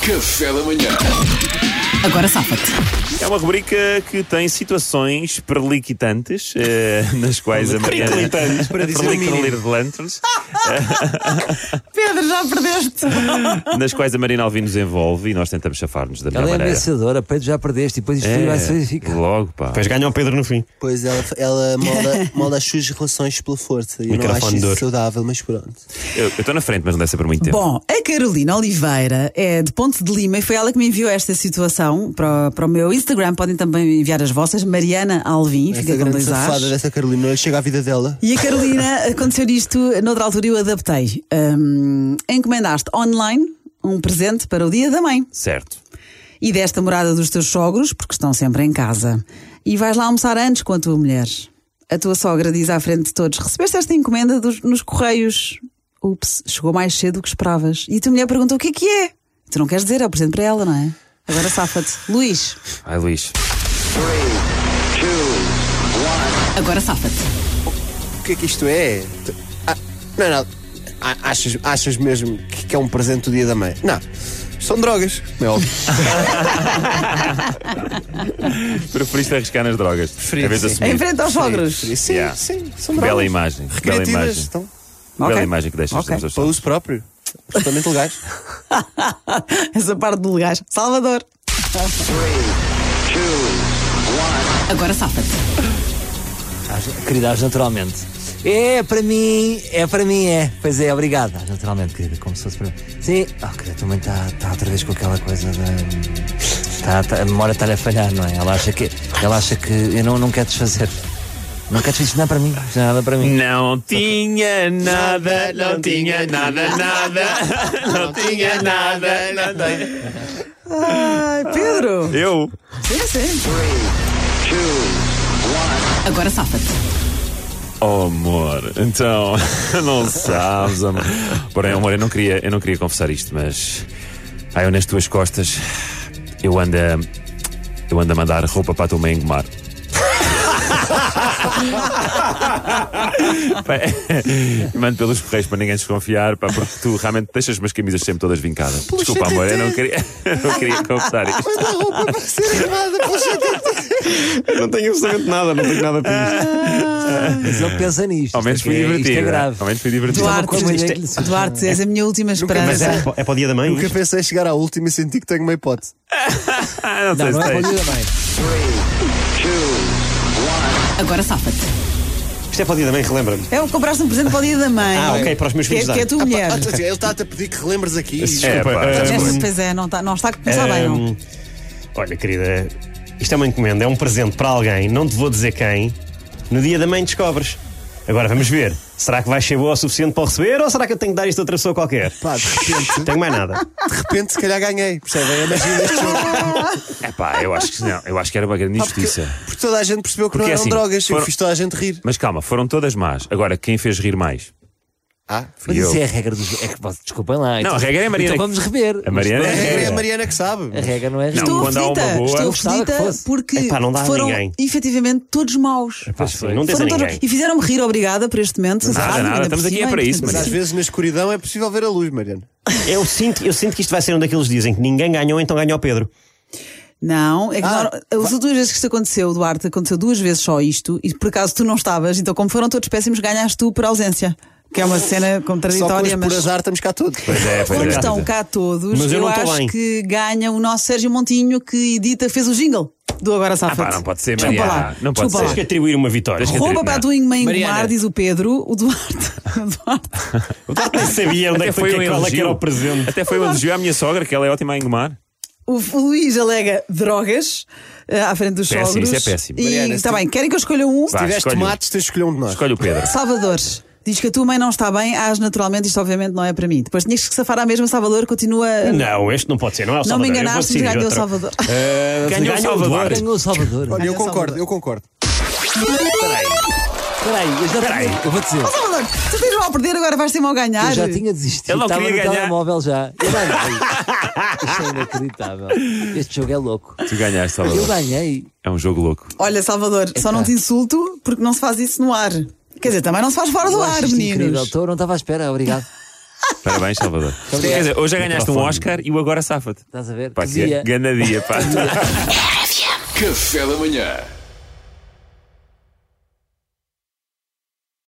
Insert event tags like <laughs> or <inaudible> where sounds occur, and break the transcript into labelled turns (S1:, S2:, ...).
S1: Café da manhã.
S2: Agora safa-te.
S3: É uma rubrica que tem situações perliquitantes, eh, <laughs> nas quais a Mariana...
S4: Periclitantes, para dizer o mínimo.
S3: Perliquitantes,
S2: Pedro, já perdeste.
S3: nas quais a Marina Alvim nos envolve e nós tentamos safar-nos da melhor
S5: Ela é
S3: maneira. É,
S5: vencedora, Pedro já perdeste e depois isto vai ser fica.
S3: logo, pá.
S4: Depois ganha o Pedro no fim.
S6: Pois ela,
S2: <laughs>
S6: ela molda, molda as suas relações pela força. E eu não
S4: Microfone
S6: acho
S4: de
S6: isso
S4: ouro.
S6: saudável, mas pronto.
S3: Eu estou na frente, mas não deve ser por muito tempo.
S2: Bom, a Carolina Oliveira é de Ponte de Lima e foi ela que me enviou esta situação para, o- para o meu Instagram. Podem também enviar as vossas. Mariana Alvim,
S6: Essa
S2: fica com
S6: grande
S2: dois As.
S6: safada dessa Carolina, olha, chega à vida dela.
S2: E a
S6: <laughs>
S2: Carolina, aconteceu isto, noutra altura eu adaptei. Hum, encomendaste online um presente para o dia da mãe
S3: Certo.
S2: e deste a morada dos teus sogros, porque estão sempre em casa. E vais lá almoçar antes com a tua mulher. A tua sogra diz à frente de todos: recebeste esta encomenda dos- nos correios. Ups, chegou mais cedo do que esperavas. E a tua mulher pergunta: o que é que é? Tu não queres dizer, é o presente para ela, não é? Agora safa-te. Luís,
S3: Ai, Luís.
S2: agora safa-te.
S6: O que é que isto é? Tu- Ah, não, não. Ah, Achas, achas mesmo que, que é um presente do dia da mãe? Não. São drogas, como é óbvio.
S3: Preferiste arriscar nas drogas. Preferi, vez assumir.
S2: Em frente aos sogros.
S6: Sim, sim,
S3: Yeah.
S6: sim, são drogas.
S3: Bela imagem. Bela
S6: Criativas,
S3: imagem.
S6: Então,
S3: Bela
S2: Ok.
S3: imagem que deixas
S2: Ok.
S3: das pessoas.
S6: para uso próprio. Totalmente <laughs> legais.
S2: <laughs> Essa parte do legais. Salvador. Agora safa-te.
S5: Às- Querida, age naturalmente. É, para mim, é para mim, é. Pois é, obrigado. Age naturalmente, querida, como se fosse para mim. Sim. Ah, querida, tua mãe está tá outra vez com aquela coisa da. Tá, tá- a memória está-lhe a falhar, não é? Ela acha que. Ela acha que. Eu não, não quero desfazer. Não quero desfazer, isto não é para mim. Isto não é nada para mim.
S3: Não tinha nada, não tinha nada, nada, <laughs> não tinha nada, nada.
S2: Ai, Pedro.
S3: Eu?
S2: Sim, sim. Agora safa-te.
S3: Oh, amor, então, <laughs> não sabes, amor. Porém, amor, eu não queria, eu não queria confessar isto, mas. Ai, eu nas tuas costas, eu ando a. Eu ando a mandar roupa para a tua mãe engomar. <laughs> Pá, Mando pelos correios para ninguém desconfiar, pá, porque tu realmente deixas as minhas camisas sempre todas vincadas. Desculpa, amor, eu não queria, eu não queria confessar isto.
S6: Mas a roupa para ser errada, pelo
S4: Eu não tenho absolutamente nada, não tenho nada para isto.
S5: Mas ele pensa nisto.
S3: Hum. Ao menos
S5: isto
S3: fui
S5: é que é-
S3: divertido. né?
S5: Isto é grave.
S3: Ao menos fui divertido.
S5: Estava com a mãe
S2: Duarte,
S5: dele, sim.
S2: Duarte, és a minha última
S4: Mas é,
S2: esperança.
S4: é para o dia da mãe?
S6: Nunca pensei em chegar à última e senti que tenho uma hipótese.
S3: Ah, não
S5: Não,
S3: sei
S5: não
S3: se
S5: é para o
S3: tens.
S5: dia da mãe.
S2: Agora safa-te.
S4: Isto é para o dia da mãe, relembra-me.
S2: É o que compraste um presente para o dia da mãe.
S4: Ah, ok, para os meus
S2: Que é-
S4: filhos
S2: Que é a
S4: dar.
S2: tua mulher.
S6: Ah, pá, ele está-te a pedir que relembres
S3: É,
S6: aqui.
S3: pá,
S4: Desculpa,
S3: é
S4: ah,
S3: muito.
S2: Esta- Pois é, não está, não está a começar bem, não.
S4: Ahm, olha, querida, isto é uma encomenda, é um presente para alguém, não te vou dizer quem. No dia da mãe descobres. Agora vamos ver. Será que vais ser boa o suficiente para o receber ou será que eu tenho que dar isto a outra pessoa qualquer?
S6: Pá, de repente,
S4: Não <laughs> tenho mais nada.
S6: de repente, se calhar ganhei. Percebem? Imagina <laughs> este jogo.
S3: É pá, eu acho que não, eu acho que era uma grande injustiça.
S6: Porque toda a gente percebeu que
S3: Porque
S6: não eram
S3: assim,
S6: drogas.
S3: foram-
S6: Eu fiz toda a gente rir.
S3: Mas calma, foram todas más. Agora, quem fez rir mais?
S6: Ah,
S3: Fui
S5: Mas
S3: eu.
S5: isso é a regra dos. É que, vocês- desculpem lá.
S3: Não, a regra é a Mariana
S5: Então
S3: que-
S5: vamos rever.
S3: A Mariana
S6: a
S3: é-
S6: regra é a Mariana que sabe.
S5: A regra não é regra.
S2: Estou
S3: quando há uma
S2: aflita,
S3: boa-
S2: estou
S3: Eu
S5: gostava que
S2: aflita
S5: fosse.
S2: porque
S4: Epá, não dá a
S2: foram
S4: ninguém.
S2: efetivamente todos maus.
S4: Pá, sim, não tens a
S2: Foram todos-
S4: ninguém.
S2: E fizeram-me rir, obrigada por este momento.
S3: Nada,
S2: Claro,
S3: nada,
S2: ainda
S3: estamos
S2: por
S3: aqui é
S2: cima,
S3: para isso,
S2: portanto,
S6: Mas às
S2: sim.
S6: vezes na escuridão é possível ver a luz, Mariana.
S4: Eu sinto, eu sinto que isto vai ser um daqueles dias em que ninguém ganhou, então ganha o Pedro.
S2: Não, é que
S6: Ah,
S2: não, as duas vezes que isto aconteceu, Duarte, aconteceu duas vezes só isto, e por acaso tu não estavas, então como foram todos péssimos, ganhaste tu por ausência. Que é uma cena
S6: Só que hoje,
S2: contraditória,
S6: por
S2: mas.
S6: azar, estamos cá todos.
S3: É, pois
S2: Como
S3: é.
S2: estão cá todos,
S4: Mas eu não estou
S2: acho
S4: bem.
S2: que ganha o nosso Sérgio Montinho que edita, fez o jingle do Agora
S3: Ah,
S2: Safa.
S3: pá, não pode ser,
S2: Desculpa
S3: Mariana.
S2: lá.
S3: Não pode
S2: Desculpa
S4: Tens
S3: ser.
S4: que
S2: lá.
S4: atribuir uma vitória.
S3: Tens que-
S2: Rouba
S3: Não.
S2: para a tua mãe engomar,
S5: Mariana.
S2: diz o Pedro, o Duarte. <laughs> O Duarte.
S4: O Duarte nem <laughs> sabia onde é que foi, que- qual é que era o presente.
S3: um Até foi um elogio à minha sogra, que ela é ótima a engomar.
S2: O, o Luís alega drogas eh, à frente dos
S3: Péssimo,
S2: sogros.
S3: isso é péssimo.
S2: E
S6: Mariana,
S2: está
S6: se-
S2: bem, querem que eu escolha um?
S3: Vá,
S6: Tiveste
S3: escolhe um.
S6: tomates, tens de escolher um de nós.
S3: Escolhe o Pedro.
S2: Salvador. Diz que a tua mãe não está bem, age naturalmente, isto obviamente não é para mim. Depois tinhas que safar à mesma, Salvador continua.
S4: Não, este não pode ser, não é o
S2: Não
S4: Salvador.
S2: me
S4: eu vou
S2: enganaste, mas
S4: decidir
S2: ganhou o
S4: outro.
S2: Salvador.
S5: É.
S3: Ganhou o
S4: Ah, ganhou o
S3: Salvador.
S4: Duarte.
S5: Ganhou o Salvador.
S6: Olha,
S2: Olha,
S6: eu concordo,
S2: Salvador.
S6: eu concordo.
S5: Peraí, eu já tinha. Eu vou dizer.
S2: <laughs> Oh, Salvador, tu tens mal a perder, agora vais ter mal a ganhar.
S5: Eu já tinha desistido.
S3: Ele não
S5: Estava
S3: queria
S5: no
S3: ganhar.
S5: telemóvel já. Eu ganhei. Isto é inacreditável. Este jogo é louco.
S3: Tu ganhaste,
S5: Eu
S3: Salvador.
S5: ganhei.
S3: É um jogo louco.
S2: Olha, Salvador, só não te insulto porque não se faz isso no ar. Quer dizer, também não se faz fora do
S5: Eu acho
S2: ar,
S5: isto
S2: meninos.
S5: Incrível. Estou, não estava à espera. Obrigado.
S3: Parabéns, Salvador. Quer dizer, hoje já ganhaste um Oscar e o agora safa-te.
S5: Estás a ver?
S2: <laughs>
S3: Pá,
S5: Que
S3: que
S5: dia.
S3: ganadia, pá.
S1: Café da manhã.